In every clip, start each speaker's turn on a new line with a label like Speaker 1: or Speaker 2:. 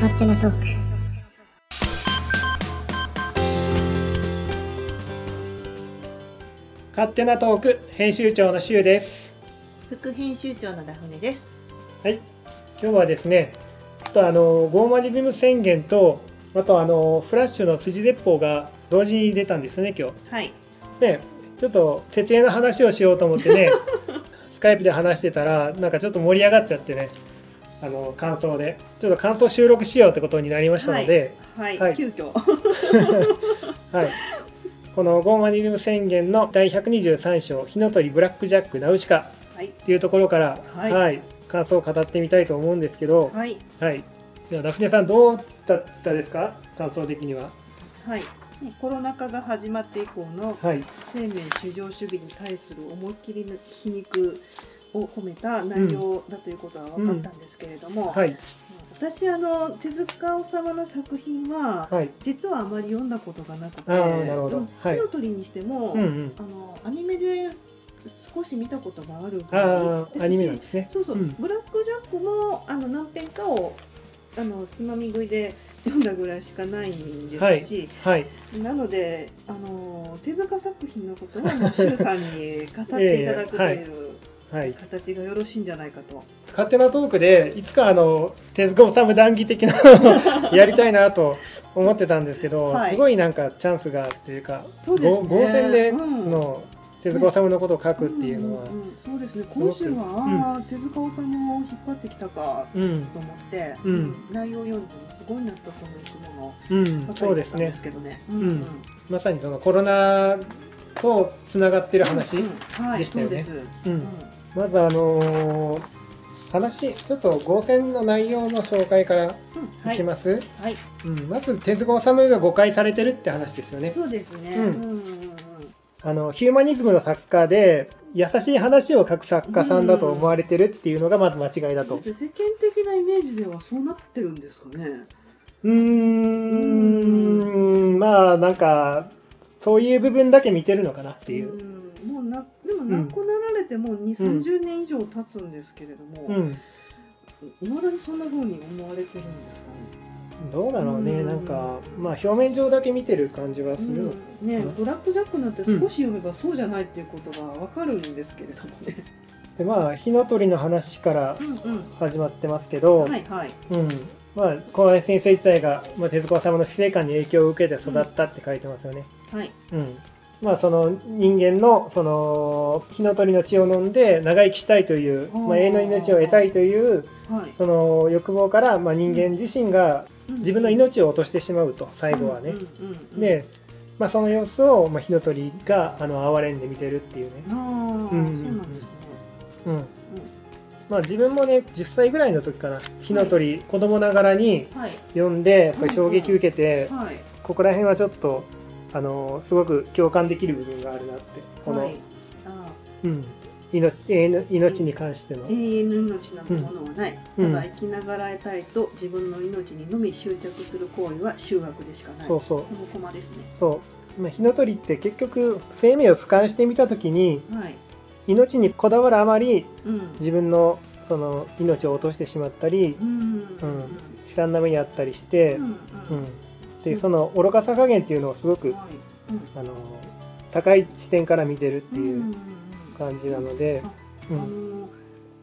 Speaker 1: 勝手なトーク
Speaker 2: 勝手なトーク編集長のしゅうです。
Speaker 3: 副編集長のダフネです。
Speaker 2: はい、今日はですね、ちょっとあのゴーマニズム宣言とあとあのフラッシュの辻鉄砲が同時に出たんですね今日。
Speaker 3: はい。
Speaker 2: ね、ちょっと設定の話をしようと思って ね、スカイプで話してたらなんかちょっと盛り上がっちゃってね、あの感想でちょっと感想収録しようってことになりましたので、
Speaker 3: はい、
Speaker 2: はい
Speaker 3: 急遽。
Speaker 2: はい。このゴーマニズム宣言の第123章「火の鳥ブラックジャックナウシカ」
Speaker 3: はい。
Speaker 2: っていうところから、は
Speaker 3: はいい
Speaker 2: 感想を語ってみたいと思うんですけど、
Speaker 3: はい。
Speaker 2: はい、ではダフネさんどうだったですか感想的には。
Speaker 3: はい。ねコロナ禍が始まって以降の
Speaker 2: はい、
Speaker 3: 生命至上主義に対する思いっきりの皮肉を込めた内容だということは分かったんですけれども、
Speaker 2: はい、
Speaker 3: 私あの手塚治虫の作品は
Speaker 2: はい、
Speaker 3: 実はあまり読んだことがなくて、
Speaker 2: あーなるほど
Speaker 3: でも
Speaker 2: はい
Speaker 3: 火の鳥にしても、
Speaker 2: うんうん、
Speaker 3: あのアニメで少し見たことがあるぐ
Speaker 2: あ
Speaker 3: らいです
Speaker 2: あ
Speaker 3: し
Speaker 2: アニメなんですね。
Speaker 3: そうそう、
Speaker 2: ん
Speaker 3: ブラック・ジャックもあの何編かをあのつまみ食いで読んだぐらいしかないんですし、
Speaker 2: はい、
Speaker 3: なのであの手塚作品のことはもう柊さんに語っていただくと
Speaker 2: ええ
Speaker 3: いう
Speaker 2: はい、
Speaker 3: 形がよろしいんじゃないかと。
Speaker 2: 勝手なトークでいつかあの手塚治虫談義 的なやりたいなと思ってたんですけど、
Speaker 3: はい
Speaker 2: すごいなんかチャンスがっていうか、
Speaker 3: そうですね
Speaker 2: ご合戦で
Speaker 3: うん
Speaker 2: の手塚治虫のことを書くっていうのは、
Speaker 3: んんんそうですね
Speaker 2: すごく
Speaker 3: 今週は、あー手塚治虫を引っ張ってきたか
Speaker 2: うん、
Speaker 3: と思って、
Speaker 2: うん
Speaker 3: うん内容を読んでもすごい納得のいくもの
Speaker 2: うん
Speaker 3: ば、か
Speaker 2: そう
Speaker 3: り
Speaker 2: で
Speaker 3: だっ
Speaker 2: す
Speaker 3: たんで
Speaker 2: ね。
Speaker 3: すけどね。
Speaker 2: んまさにそのコロナとつながってる話、
Speaker 3: うんはい
Speaker 2: でしたよね
Speaker 3: そうです
Speaker 2: うん
Speaker 3: うん
Speaker 2: まずあのー話ちょっと合戦の内容の紹介から
Speaker 3: うんはい
Speaker 2: きます、
Speaker 3: はい、
Speaker 2: うん、まず手塚治虫が誤解されてるって話ですよね
Speaker 3: そうですね。
Speaker 2: うん
Speaker 3: うんうんうん
Speaker 2: あのヒューマニズムの作家で優しい話を書く作家さんだと思われてるっていうのがまず間違いだ
Speaker 3: そ
Speaker 2: と
Speaker 3: して世間的なイメージではそうなってるんですかね。
Speaker 2: うーんまあなんかそういう部分だけ見てるのかなっていう、
Speaker 3: うんもうなでも亡くなられてもう2、
Speaker 2: うん
Speaker 3: 30年以上経つんですけれど
Speaker 2: う
Speaker 3: も、
Speaker 2: ん、
Speaker 3: いまだにそんな風に思われてるんですかね。
Speaker 2: どうだろうね、
Speaker 3: うん
Speaker 2: なんかまあ表面上だけ見てる感じはするの
Speaker 3: うんね、ブラック・ジャックなんて少し読めばそうじゃないっていうことがわかるんですけれどもね。
Speaker 2: でまあ火の鳥の話から
Speaker 3: うん
Speaker 2: 始まってますけ
Speaker 3: う
Speaker 2: ど、
Speaker 3: ん。はいはい。
Speaker 2: うんまあ、小林先生自体が、まあ、手塚治虫の死生観に影響を受けて育ったって書いてますよね。
Speaker 3: はい。
Speaker 2: うんまあ、その人間のその火の鳥の血を飲んで長生きしたいという、
Speaker 3: おー
Speaker 2: まあ、永遠の命を得たいという
Speaker 3: はい。
Speaker 2: その欲望から、まあ、人間自身が
Speaker 3: うん
Speaker 2: 自分の命を落としてしまうと最後はね。。
Speaker 3: うんうんうん、
Speaker 2: で、まあ、その様子を、まあ、火の鳥があの憐れんで見てるっていうね。
Speaker 3: ああ、そうなんですね。
Speaker 2: うんまあ、自分もね10歳ぐらいの時かな火の鳥、子供ながらに
Speaker 3: はい
Speaker 2: 読んでやっぱり衝撃受けて、
Speaker 3: はい。
Speaker 2: ここら辺はちょっとあのすごく共感できる部分があるなってこの、
Speaker 3: はい、あ
Speaker 2: うん、命永遠の命に関しての、
Speaker 3: あ永遠の命なるものはない、
Speaker 2: うん
Speaker 3: ただ生きながらえたいと自分の命にのみ執着する行為は醜悪でしかない
Speaker 2: そう
Speaker 3: こ
Speaker 2: そう
Speaker 3: のコマですね
Speaker 2: そう、まあ、火の鳥って結局生命を俯瞰してみた時に
Speaker 3: はい、
Speaker 2: 命にこだわるあまり
Speaker 3: うん、
Speaker 2: 自分のその命を落としてしまったり
Speaker 3: うん
Speaker 2: うん悲惨な目にあったりして、
Speaker 3: うん
Speaker 2: うんっていうその愚かさ加減っていうのをすご
Speaker 3: うん
Speaker 2: く、
Speaker 3: はい
Speaker 2: あの高い視点から見てるって
Speaker 3: うん
Speaker 2: い
Speaker 3: ん
Speaker 2: うん感じなので、う
Speaker 3: あ
Speaker 2: ん
Speaker 3: の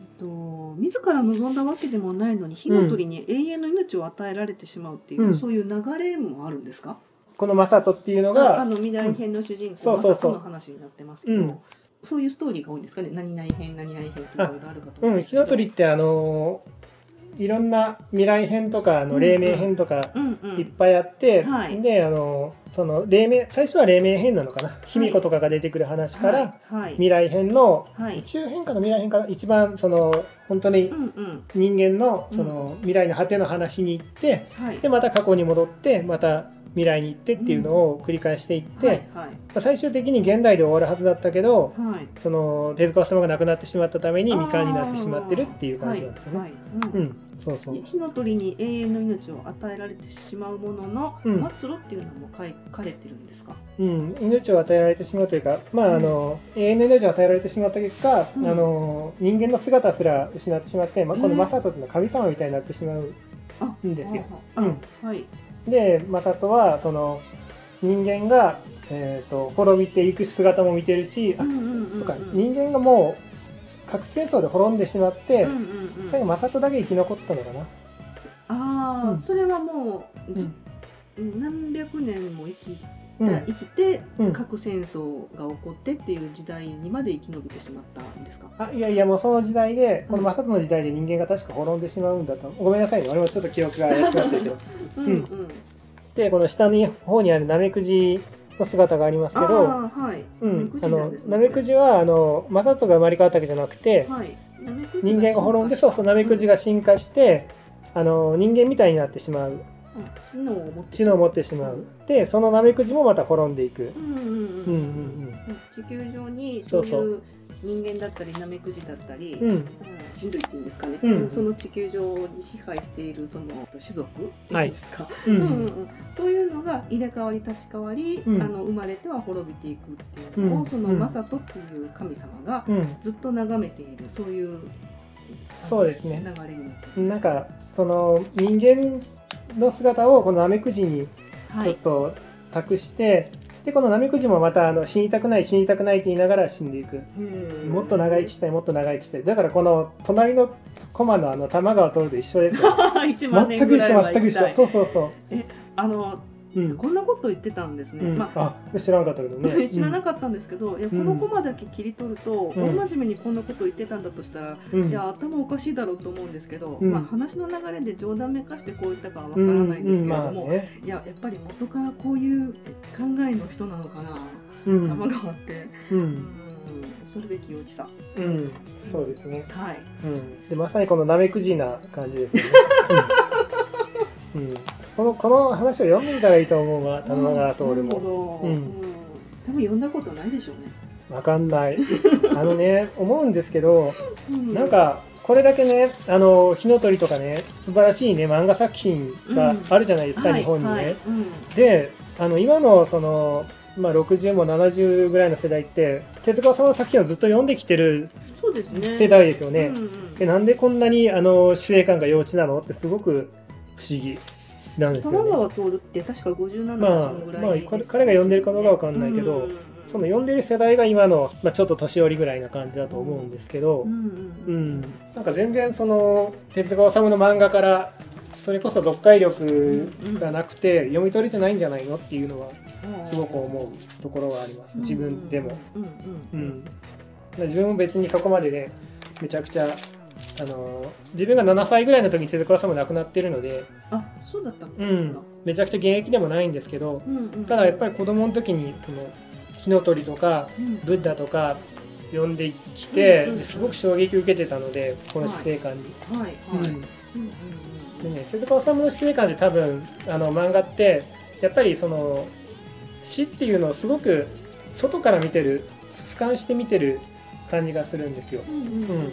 Speaker 3: えっと自ら望んだわけでもないのに火の鳥に永遠の命を与えられてしまうっていう、
Speaker 2: うん
Speaker 3: そういう流れもあるんですか、
Speaker 2: この「マサト」っていうの
Speaker 3: ああ
Speaker 2: が
Speaker 3: の未来編の主人
Speaker 2: そ
Speaker 3: 公
Speaker 2: うそう
Speaker 3: まさ
Speaker 2: そう
Speaker 3: かの話になってますけど、
Speaker 2: うん
Speaker 3: そういうストーリーが多いんですかね何々編何々編っていろいろあるかと思
Speaker 2: うん、
Speaker 3: です
Speaker 2: 火
Speaker 3: けど
Speaker 2: の鳥ってあのーいろんな未来編とかあ
Speaker 3: う
Speaker 2: の
Speaker 3: ん
Speaker 2: 黎明編とか
Speaker 3: うんうん
Speaker 2: いっぱいあって、
Speaker 3: はい
Speaker 2: であのーその黎明最初は黎明編なのかな卑弥呼とかが出てくる話から、
Speaker 3: はいはい
Speaker 2: 未来編の
Speaker 3: はい
Speaker 2: 宇宙編かな未来編かな一番その本当に
Speaker 3: うんうん
Speaker 2: 人間のその未来の果ての話に行って
Speaker 3: はい
Speaker 2: でまた過去に戻ってまた未来に行ってっていうのを繰り返していって、
Speaker 3: はいはい
Speaker 2: まあ最終的に現代で終わるはずだったけど
Speaker 3: はい
Speaker 2: その手塚治虫が亡くなってしまったために未完になってしまってるっていう感じなんですよね。
Speaker 3: はいはいうん
Speaker 2: うん、そうそう。
Speaker 3: 火の鳥に永遠の命を与えられてしまうものの、
Speaker 2: うん
Speaker 3: 末路っていうのも書かれてるんですか。
Speaker 2: うん、命を与えられてしまうというか、まあ、あの、永遠の命を与えられてしまった結果、
Speaker 3: うん
Speaker 2: あの、人間の姿すら失ってしまって、まあ、この
Speaker 3: うん
Speaker 2: マサトっていうのは神様みたいになってしまう
Speaker 3: あ
Speaker 2: んですよ。
Speaker 3: はいうはいはい。
Speaker 2: でマサトはその人間が、えー、と滅びていく姿も見てるし、あ
Speaker 3: うんうんうんうん
Speaker 2: そうか人間がもう核戦争で滅んでしまって、
Speaker 3: うんうんうん
Speaker 2: 最後マサトだけ生き残ったのかな。
Speaker 3: ああ、
Speaker 2: うん
Speaker 3: それはもう、ず何百年も生きた生きて、
Speaker 2: うん
Speaker 3: 核戦争が起こってっていう時代にまで生き延びてしまったんですか。
Speaker 2: あいやいやもうその時代でこの正人の時代で人間が確か滅んでしまうんだとごめんなさいね俺もちょっと記憶が怪しくなって るけど
Speaker 3: うんうん、
Speaker 2: でこの下の方にあるナメクジの姿がありますけ
Speaker 3: あ
Speaker 2: ど
Speaker 3: あーはい。
Speaker 2: うんあ
Speaker 3: ナメクジな
Speaker 2: の
Speaker 3: んですね
Speaker 2: ナメクジはあの正人が生まれ変わったわけじゃなくて
Speaker 3: はい。ナメクジ
Speaker 2: 人間が滅んでそうそうナメクジが進化してあの人間みたいになってしまう
Speaker 3: うん知能を持って
Speaker 2: 知能を持ってしまうでそのナメクジもまた滅んでいく
Speaker 3: うんうんうん
Speaker 2: うんうん
Speaker 3: 地球上に
Speaker 2: そ
Speaker 3: そうう
Speaker 2: そう
Speaker 3: いう人間だったりナメクジだったり、
Speaker 2: うんうん
Speaker 3: 人類っていうんですかね、
Speaker 2: うん
Speaker 3: その地球上に支配しているその種族って
Speaker 2: はいい
Speaker 3: うんですか、
Speaker 2: う
Speaker 3: うんうんうんん、そういうのが入れ替わり立ち替わり、
Speaker 2: うん
Speaker 3: あの生まれては滅びていくっていうのを、
Speaker 2: うん
Speaker 3: その
Speaker 2: うん
Speaker 3: マサトっていう神様が
Speaker 2: うん
Speaker 3: ずっと眺めているそういうあの
Speaker 2: そうですね
Speaker 3: 流れになってい
Speaker 2: なんかその人間の姿をこのナメクジに
Speaker 3: は
Speaker 2: ちょっ
Speaker 3: い、
Speaker 2: と託して、でこのナメクジもまたあの死にたくない死にたくないって言いながら死んでいくもっと長生きしたいもっと長生きしたいだからこの隣の駒のあの玉川徹と一緒 ですよ
Speaker 3: 一万
Speaker 2: 全
Speaker 3: 年
Speaker 2: く
Speaker 3: ぐ
Speaker 2: 一
Speaker 3: らい
Speaker 2: 緒
Speaker 3: は
Speaker 2: 全く
Speaker 3: 行き
Speaker 2: 一
Speaker 3: た
Speaker 2: 緒
Speaker 3: い
Speaker 2: そうそうそ
Speaker 3: あの
Speaker 2: ううん、
Speaker 3: こんなこと言ってたんですね、
Speaker 2: うん
Speaker 3: まあ
Speaker 2: あ知らんかったけどね
Speaker 3: 知らなかったんですけど、いやこのコマだけ切り取ると、
Speaker 2: うん
Speaker 3: 大真面目にこんなこと言ってたんだとしたら、
Speaker 2: うん
Speaker 3: いや頭おかしいだろうと思うんですけど、
Speaker 2: うん
Speaker 3: まあ、話の流れで冗談めかしてこう言ったかはわか
Speaker 2: う
Speaker 3: ら
Speaker 2: ん
Speaker 3: ないんですけれども、
Speaker 2: うんまあね
Speaker 3: いややっぱり元からこういう考えの人なのかな、
Speaker 2: うん
Speaker 3: 玉川って、
Speaker 2: う
Speaker 3: うんん、恐るべき幼稚さ。
Speaker 2: うんそうですね、
Speaker 3: はい
Speaker 2: うん、でまさにこのナメクジな感じですよね、うんうんこのこの話を読んでみたらいいと思うわ玉川徹
Speaker 3: なる
Speaker 2: も
Speaker 3: ほど、
Speaker 2: うん
Speaker 3: うん多分読んだことないでしょうね。
Speaker 2: わかん ない。あのね、思うんですけど、
Speaker 3: う
Speaker 2: なんか、これだけね、あの、火の鳥とかね、素晴らしいね、漫画作品があるじゃないですか、日本にね。
Speaker 3: はいはいうん
Speaker 2: で、あの、今の、その、まあ、60も70ぐらいの世代って、手塚さんの作品をずっと読んできてる
Speaker 3: そうですね。
Speaker 2: 世代ですよね。
Speaker 3: うんうん
Speaker 2: でなんでこんなに、あの、主演感が幼稚なのってすごく不思議なんですよ、ね。
Speaker 3: 玉川徹って確か57
Speaker 2: まあ
Speaker 3: そのぐらい
Speaker 2: まあ
Speaker 3: ですよね
Speaker 2: 彼が呼んでるかどうかわかんないけど
Speaker 3: うんうんうん
Speaker 2: その読んでる世代が今の、まあ、ちょっと年寄りぐらいな感じだと思うんですけど、
Speaker 3: うんう
Speaker 2: うんん、なんか全然その手塚治虫の漫画からそれこそ読解力がなくて読み取れてないんじゃないのっていうのは
Speaker 3: うん
Speaker 2: すごく思うところはあります自分でも、
Speaker 3: うん
Speaker 2: う
Speaker 3: うんん、
Speaker 2: 自分も別にそこまでねめちゃくちゃあの自分が7歳ぐらいの時に手塚治虫亡くなってるので、
Speaker 3: あそうだったのか
Speaker 2: う、
Speaker 3: なん
Speaker 2: めちゃくちゃ現役でもないんですけど
Speaker 3: うんうん
Speaker 2: ただやっぱり子供の時にこの火の鳥とか
Speaker 3: うん
Speaker 2: ブッダとか呼んできて
Speaker 3: うんうん
Speaker 2: すごく衝撃受けてたのでこの死生観に。
Speaker 3: はいはい
Speaker 2: うん
Speaker 3: うん
Speaker 2: でね、手塚治虫の死生観で多分あの漫画ってやっぱりその死っていうのをすごく外から見てる俯瞰して見てる感じがするんですよ
Speaker 3: うんうんうんうんうん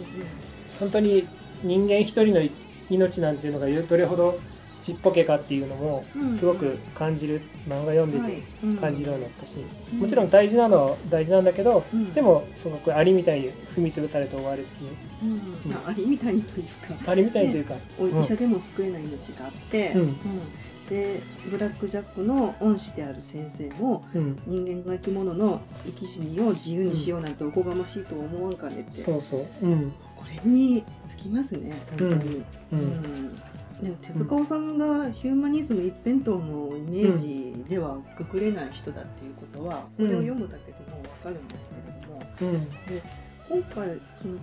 Speaker 2: 本当に人間一人の命なんていうのがどれほどちっぽけかっていうのも
Speaker 3: うんうん
Speaker 2: すごく感じる漫画読んで
Speaker 3: うん
Speaker 2: て感じるようになったし
Speaker 3: うん
Speaker 2: もちろん大事なのは大事なんだけど
Speaker 3: うん
Speaker 2: でもすごくアリみたいに踏み潰されて終わるっていう
Speaker 3: うんうんあありみたいにというか
Speaker 2: アリみたいというか、
Speaker 3: お医者でも救えない命があって
Speaker 2: うん
Speaker 3: でブラック・ジャックの恩師である先生も
Speaker 2: うん、
Speaker 3: 人間が生き物の生き死にを自由にしようなんておこがましいとは思わんかねって、
Speaker 2: そうそう、うん
Speaker 3: これにつきますね本当に、
Speaker 2: う
Speaker 3: うん
Speaker 2: ん
Speaker 3: でも手塚治虫がヒューマニズム一辺倒のイメージではくくれない人だっていうことは、
Speaker 2: うん
Speaker 3: これを読むだけでもわかるんですけれども
Speaker 2: うん、
Speaker 3: 今回その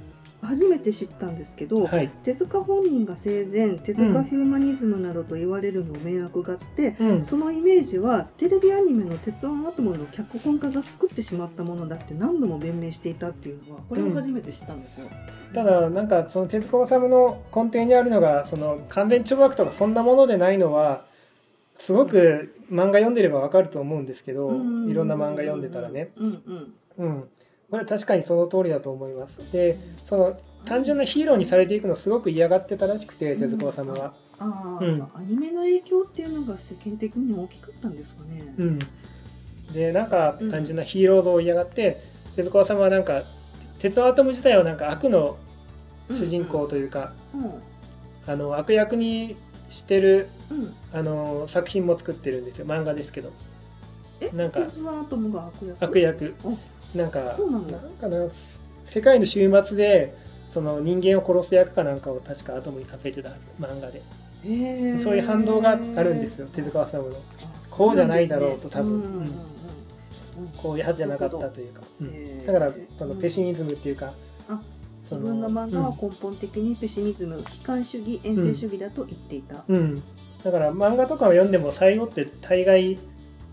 Speaker 3: 初めて知ったんですけど、
Speaker 2: はい、
Speaker 3: 手塚本人が生前手塚ヒューマニズムなどと言われるのを迷惑があって、
Speaker 2: うん、
Speaker 3: そのイメージはテレビアニメの「鉄腕アトム」の脚本家が作ってしまったものだって何度も弁明していたっていうのはこれを初めて知ったんですよ。
Speaker 2: ただなんかその手塚治虫の根底にあるのがその完全懲悪とかそんなものでないのはすごく漫画読んでればわかると思うんですけどいろんな漫画読んでたらね、
Speaker 3: うんうん
Speaker 2: うん、これは確かにその通りだと思いますでその単純なヒーローにされていくのをすごく嫌がってたらしくて手塚治虫は、
Speaker 3: ああ、
Speaker 2: うん
Speaker 3: アニメの影響っていうのが世間的に大きかったんですかね。
Speaker 2: うん、でなんか単純なヒーロー像を嫌がって手塚治虫はなんか鉄のアトム自体はなんか悪の主人公というか、
Speaker 3: うん、うん
Speaker 2: あの悪役にしてる
Speaker 3: うん
Speaker 2: あの作品も作ってるんですよ漫画ですけど
Speaker 3: え
Speaker 2: なんか
Speaker 3: クズワートムが悪役
Speaker 2: 悪役なんか
Speaker 3: そうなの
Speaker 2: なんかな世界の終末でその人間を殺す役かなんかを確かアトムにさせてたはず漫画で
Speaker 3: へー
Speaker 2: そういう反動があるんですよ手塚治虫のこうじゃないだろうと多分
Speaker 3: うんうんうんうん
Speaker 2: こういうはずじゃなかったというか、うん
Speaker 3: へー
Speaker 2: だからその
Speaker 3: うん
Speaker 2: ペシミズムっていうか、
Speaker 3: あ
Speaker 2: そ
Speaker 3: 自分の漫画は根本的にペシミズム、悲観主義、遠征主義だと言っていた。
Speaker 2: うん、うんだから漫画とかを読んでも最後って大概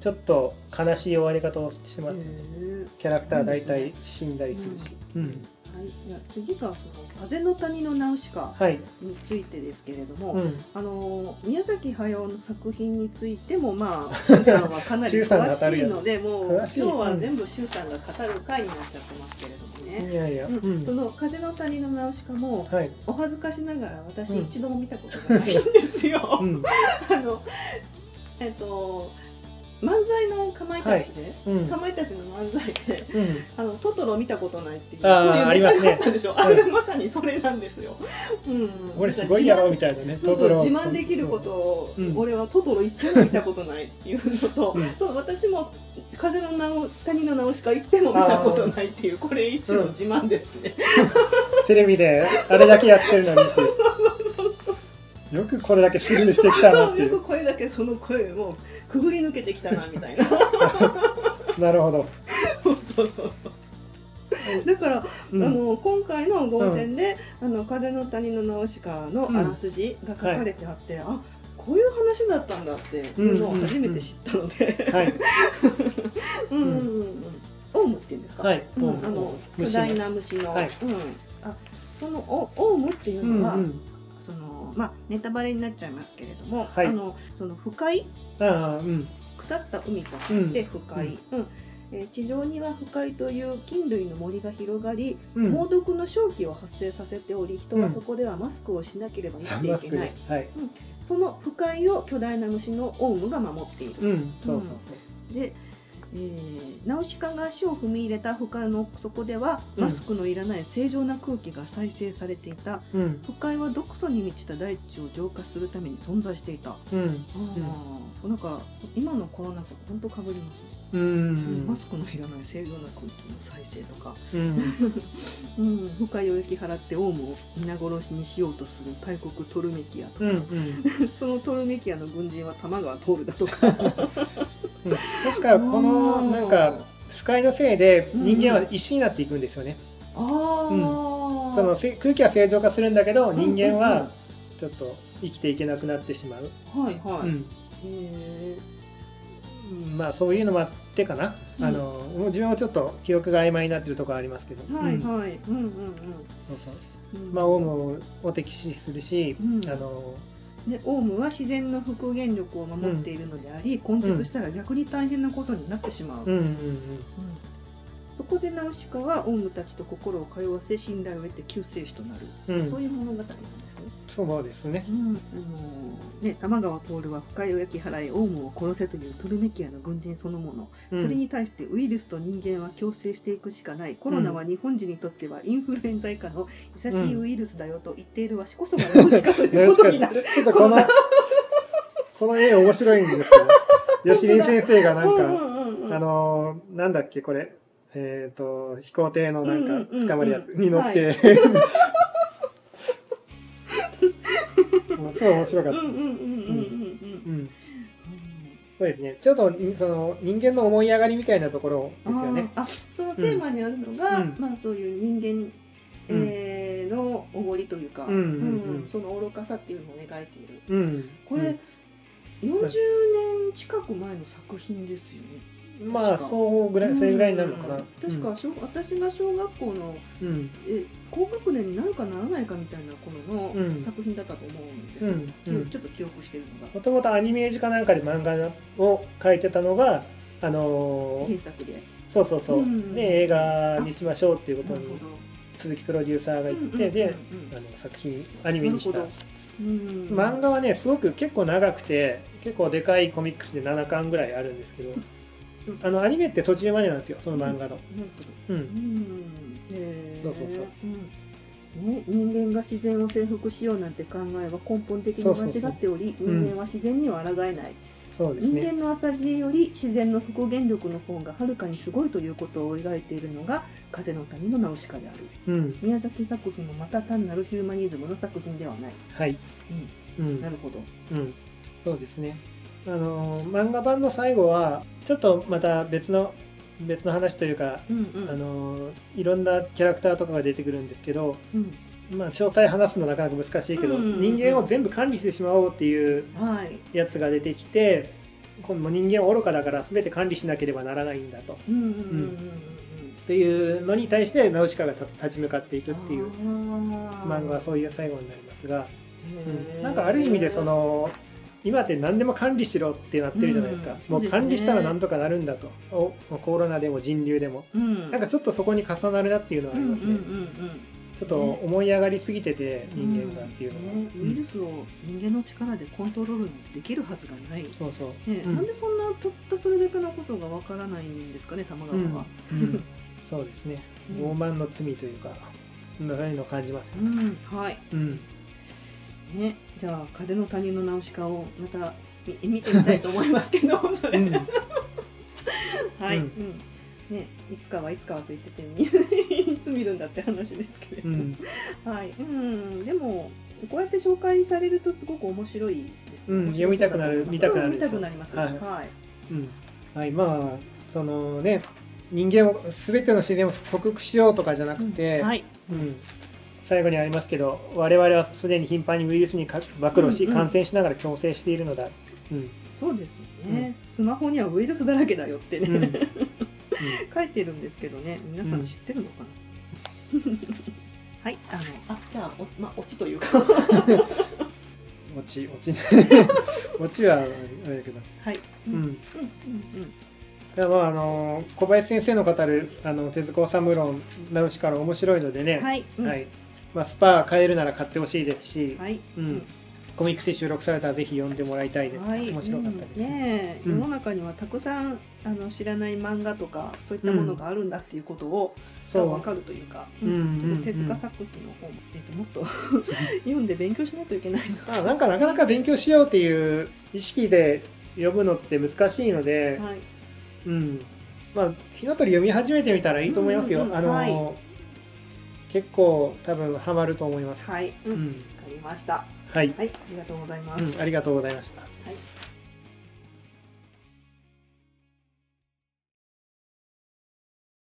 Speaker 2: ちょっと悲しい終わり方をしてます、
Speaker 3: へー
Speaker 2: キャラクター大体死んだりするし、うん
Speaker 3: はい、じゃあ次がその風の谷のナウシカ
Speaker 2: はい、
Speaker 3: についてですけれども、
Speaker 2: うん、
Speaker 3: あのー宮崎駿の作品についてもま あ周さんはかなり
Speaker 2: 周さんが当た
Speaker 3: 詳
Speaker 2: る
Speaker 3: しい
Speaker 2: よ
Speaker 3: ので、もう今
Speaker 2: 詳し
Speaker 3: 日
Speaker 2: い
Speaker 3: は全部周さんが語る回になっちゃってますけれどもね。
Speaker 2: いやいや、
Speaker 3: う、
Speaker 2: うんん
Speaker 3: その風の谷のナウシカも
Speaker 2: はい、
Speaker 3: お恥ずかしながら私
Speaker 2: うん
Speaker 3: 一度も見たことがないんですよ。
Speaker 2: うん、
Speaker 3: あのえっと漫才のかまいたちで、
Speaker 2: うん、うん
Speaker 3: か、まいたちの漫才であのトトロ見たことないっていう
Speaker 2: あー
Speaker 3: そういうネタがあったでしょあ,、
Speaker 2: りますね
Speaker 3: れがまさにそれなんですよ。うん、
Speaker 2: 俺すごいやろみ
Speaker 3: た
Speaker 2: たいなね、
Speaker 3: そう
Speaker 2: ト
Speaker 3: そう
Speaker 2: トロ
Speaker 3: 自慢できること、を、
Speaker 2: うん
Speaker 3: 俺はトトロ一回も見たことないっていうのと、
Speaker 2: うん
Speaker 3: そう私も風のなお谷の直しか一回も見たことないっていうこれ一種の自慢ですね。
Speaker 2: テレビであれだけやってるのにっていうよくこれだけスルーしてきたな
Speaker 3: そ
Speaker 2: っ
Speaker 3: う
Speaker 2: て
Speaker 3: よ
Speaker 2: い
Speaker 3: く
Speaker 2: う
Speaker 3: これだけその声をくぐり抜けてきたなみたいな。
Speaker 2: なるほど、
Speaker 3: そうそうそう。だから、
Speaker 2: うん
Speaker 3: あの今回の合戦で、あの風の谷のナウシカのあらすじが書かれてあって、あこういう話だったんだっていうのを初めて知ったので、
Speaker 2: はい、
Speaker 3: うんうんうんうん、オウムっていうんですか、
Speaker 2: はい、
Speaker 3: うん、あ
Speaker 2: も
Speaker 3: の
Speaker 2: う
Speaker 3: 巨大な虫の、
Speaker 2: はい
Speaker 3: うん、あそのオオウムっていう
Speaker 2: うん
Speaker 3: の
Speaker 2: う
Speaker 3: は、
Speaker 2: ん、
Speaker 3: そのまあネタバレになっちゃいますけれども、
Speaker 2: はい
Speaker 3: あのその不快
Speaker 2: ああ、うん、
Speaker 3: 腐った海と書いて不快、うんえー地上には不快という菌類の森が広がり、
Speaker 2: うん、
Speaker 3: 猛毒の瘴気を発生させており人はそこではマスクをしなければ生き
Speaker 2: マス
Speaker 3: てい
Speaker 2: ク
Speaker 3: けない、
Speaker 2: で、はい、
Speaker 3: その不快を巨大な虫のオウムが守っている、
Speaker 2: うん、そうそう
Speaker 3: で、えーナウシカが足を踏み入れた不快の底ではマスクのいらない正常な空気が再生されていた
Speaker 2: そう、うん、
Speaker 3: 不快は毒素に満ちた大地を浄化するために存在していた、あ
Speaker 2: うん、
Speaker 3: ーなんか今のコロナ禍本当かぶりますね
Speaker 2: う
Speaker 3: マ
Speaker 2: ん、
Speaker 3: スクのいらない正常な空気の再生とか、
Speaker 2: うん、
Speaker 3: うん、不快を焼き払ってオウムを皆殺しにしようとする大国トルメキアとか、
Speaker 2: うん、うん。
Speaker 3: そのトルメキアの軍人は玉川徹だとか
Speaker 2: 確かこの
Speaker 3: うん
Speaker 2: なんか不快のせいで
Speaker 3: うん
Speaker 2: 人間は石になっていくんですよね、
Speaker 3: あー、
Speaker 2: そのせ空気は正常化するんだけど
Speaker 3: うんうんうん
Speaker 2: 人間はちょっと生きていけなくなってしまう、
Speaker 3: はいはい、
Speaker 2: うん
Speaker 3: へ
Speaker 2: うんまあそういうのもあってかな、
Speaker 3: うん
Speaker 2: あのもう自分はちょっと記憶が曖昧になってるところありますけど、
Speaker 3: ーはい
Speaker 2: うんそう
Speaker 3: はい、うん、うん
Speaker 2: そう
Speaker 3: うんうん
Speaker 2: まあオウムを敵視するし、
Speaker 3: うん
Speaker 2: あの
Speaker 3: でオウムは自然の復元力を守っているのであり、根絶したら逆に大変なことになってしまう、
Speaker 2: うんうんうん
Speaker 3: うんそこでナウシカはオウムたちと心を通わせ信頼を得て救世主となる、
Speaker 2: うん
Speaker 3: そういう物語なんですね。
Speaker 2: そうですね
Speaker 3: うんあのね、玉川徹は不快を焼き払いオウムを殺せというトルメキアの軍人そのもの、
Speaker 2: うん
Speaker 3: それに対してウイルスと人間は共生していくしかないコロナは日本人にとってはインフルエンザ以下の優しいウイルスだよと言っているわしこそがナウシカということになる
Speaker 2: ちょっとこのこの絵面白いんですけど吉林先生が なんか、
Speaker 3: うんうんうんうん
Speaker 2: あのーなんだっけこれえっ、と飛行艇の
Speaker 3: うんう
Speaker 2: なんん
Speaker 3: うんうん
Speaker 2: か捕まるやつに乗って、もう超面白かっ
Speaker 3: うん
Speaker 2: た、
Speaker 3: うんうんうんうん
Speaker 2: う
Speaker 3: うん
Speaker 2: ん、そうですねちょっとにその人間の思い上がりみたいなところですよね
Speaker 3: あーあそのテーマにあるのが、
Speaker 2: うん
Speaker 3: まあ、そういう人間、えーのおごりというか、
Speaker 2: うんうんうん
Speaker 3: その愚かさっていうのを描いている
Speaker 2: うん
Speaker 3: これ、40
Speaker 2: はい
Speaker 3: 年近く前の作品ですよね
Speaker 2: うんまあ
Speaker 3: 確か
Speaker 2: そうぐらいそれぐらいになるのかな、
Speaker 3: うん確か小、私が小学校の
Speaker 2: うん
Speaker 3: え高学年になるかならないかみたいな頃
Speaker 2: う
Speaker 3: の
Speaker 2: ん
Speaker 3: 作品だったと思うんです
Speaker 2: う
Speaker 3: よ、
Speaker 2: んう
Speaker 3: うん
Speaker 2: ん
Speaker 3: ちょっと記憶してるのが
Speaker 2: もともとアニメージュかなんかで漫画を描いてたのがあのー
Speaker 3: 原作で
Speaker 2: そうそうそう、
Speaker 3: うん
Speaker 2: で映画にしましょうっていうこ
Speaker 3: な
Speaker 2: と
Speaker 3: るほ
Speaker 2: に
Speaker 3: ど
Speaker 2: 鈴木プロデューサーが言
Speaker 3: う
Speaker 2: って、
Speaker 3: んうんうん
Speaker 2: で
Speaker 3: うん
Speaker 2: あの作品アニメにした
Speaker 3: なるほどうん
Speaker 2: 漫画はねすごく結構長くて結構でかいコミックスで7巻ぐらいあるんですけど
Speaker 3: うん
Speaker 2: あのアニメって途中までなんですよその漫画の
Speaker 3: なるほど
Speaker 2: うん、
Speaker 3: うんへー
Speaker 2: そうそうそう
Speaker 3: うんね、人間が自然を征服しようなんて考えは根本的に
Speaker 2: そうそうそう
Speaker 3: 間違っており
Speaker 2: うん
Speaker 3: 人間は自然には抗えない、
Speaker 2: そうですね
Speaker 3: 人間の浅知恵より自然の復元力の方がはるかにすごいということを描いているのが「風の谷のナウシカ」である
Speaker 2: うん
Speaker 3: 宮崎作品もまた単なるヒューマニズムの作品ではない、
Speaker 2: はいうん、
Speaker 3: なるほど
Speaker 2: うん、そうですね。あの漫画版の最後はちょっとまた別の別の話というか、
Speaker 3: うんう
Speaker 2: あのいろんなキャラクターとかが出てくるんですけど、
Speaker 3: うん
Speaker 2: まあ詳細話すのなかなか難しいけど、
Speaker 3: うんうんうん
Speaker 2: 人間を全部管理してしまおうっていう
Speaker 3: はい
Speaker 2: やつが出てきて、今度も人間は愚かだから全て管理しなければならないんだと。
Speaker 3: うんうんうんうん
Speaker 2: っていうのに対してナウシカが立立ち向かっていく
Speaker 3: うん
Speaker 2: っていう
Speaker 3: あー
Speaker 2: 漫画はそういう最後になりますが、
Speaker 3: へー
Speaker 2: なんかある意味でその今って何でも管理しろってなってるじゃないですか、
Speaker 3: うん
Speaker 2: もう管理したら何とかなるんだと、おもうコロナでも人流でも
Speaker 3: うん
Speaker 2: なんかちょっとそこに重なるなっていうのはありますね、
Speaker 3: うんうんうんうん
Speaker 2: ちょっと思い上がりすぎてて人間がっていうのは、
Speaker 3: ね
Speaker 2: う
Speaker 3: ウイル
Speaker 2: ん
Speaker 3: スを人間の力でコントロールできるはずがない、ね
Speaker 2: そうそう、うん
Speaker 3: なんでそんなたったそれだけのことがわからないんですかね玉川
Speaker 2: うん
Speaker 3: は、
Speaker 2: うんそうですね
Speaker 3: うん
Speaker 2: 傲慢の罪というかそういうのを感じますよ
Speaker 3: う
Speaker 2: ね、
Speaker 3: んはい
Speaker 2: うん、
Speaker 3: ねじゃあ「風の谷のナウシカ」をまたみ見てみたいと思いますけどそれ、
Speaker 2: うん
Speaker 3: はい、
Speaker 2: う
Speaker 3: うんんね、いつかはいつかはと言っててみいつ見るんだって話ですけれ
Speaker 2: う
Speaker 3: ど、
Speaker 2: ん
Speaker 3: はい、うん、でもこうやって紹介されるとすごく面白いです
Speaker 2: うん
Speaker 3: 面白そ
Speaker 2: 読み
Speaker 3: うだと思います
Speaker 2: たくなる
Speaker 3: うん
Speaker 2: 見
Speaker 3: 見
Speaker 2: た
Speaker 3: た
Speaker 2: く
Speaker 3: く
Speaker 2: な
Speaker 3: な
Speaker 2: りま
Speaker 3: りますす。
Speaker 2: よ
Speaker 3: はい
Speaker 2: うんはい、まあそのね人間を全ての自然を克服しようとかじゃなくて、
Speaker 3: うんはいい、
Speaker 2: うん、最後にありますけど我々はすでに頻繁にウイルスにか暴露し、
Speaker 3: うんうん
Speaker 2: 感染しながら共生しているのだ、うん
Speaker 3: そうですよね、
Speaker 2: うん
Speaker 3: スマホにはウイルスだらけだよってね、
Speaker 2: うんうん
Speaker 3: 書いてるんですけどね皆さん知ってるの かな、はいあのあじゃあおまあオチというか
Speaker 2: 落ち落ち 落ちはあれだけど、
Speaker 3: はい
Speaker 2: うん
Speaker 3: うん
Speaker 2: だから
Speaker 3: うん
Speaker 2: まああの小林先生の語るあの手塚治虫論ナウシカの面白いので
Speaker 3: う
Speaker 2: ね、
Speaker 3: んはいうん
Speaker 2: はいまあ、スパー買えるなら買ってほしいですし、
Speaker 3: はい
Speaker 2: うん、コミックスに収録されたらぜひ読んでもらいたいです、
Speaker 3: はい
Speaker 2: 面白かったです、
Speaker 3: うんねえ
Speaker 2: うん
Speaker 3: 世の中にはたくさんあの知らない漫画とかそういったものがあるんだっていうことを、が分かるというか、
Speaker 2: うんうんうん
Speaker 3: 手塚作品の方も、えっともっ と読んで勉強しないといけないな。
Speaker 2: まあ、なんかなかなか勉強しようっていう意識で読むのって難しいので、
Speaker 3: はい、
Speaker 2: うんまあ、火の鳥読み始めてみたらいいと思いますよ、
Speaker 3: うんうんうん
Speaker 2: あの、
Speaker 3: はい
Speaker 2: 結構多分ハマると思います、
Speaker 3: はい、う、
Speaker 2: うん
Speaker 3: わ
Speaker 2: ん
Speaker 3: かりました。
Speaker 2: はい、
Speaker 3: はい、ありがとうございます。
Speaker 2: うん、ありがとうございました
Speaker 3: はい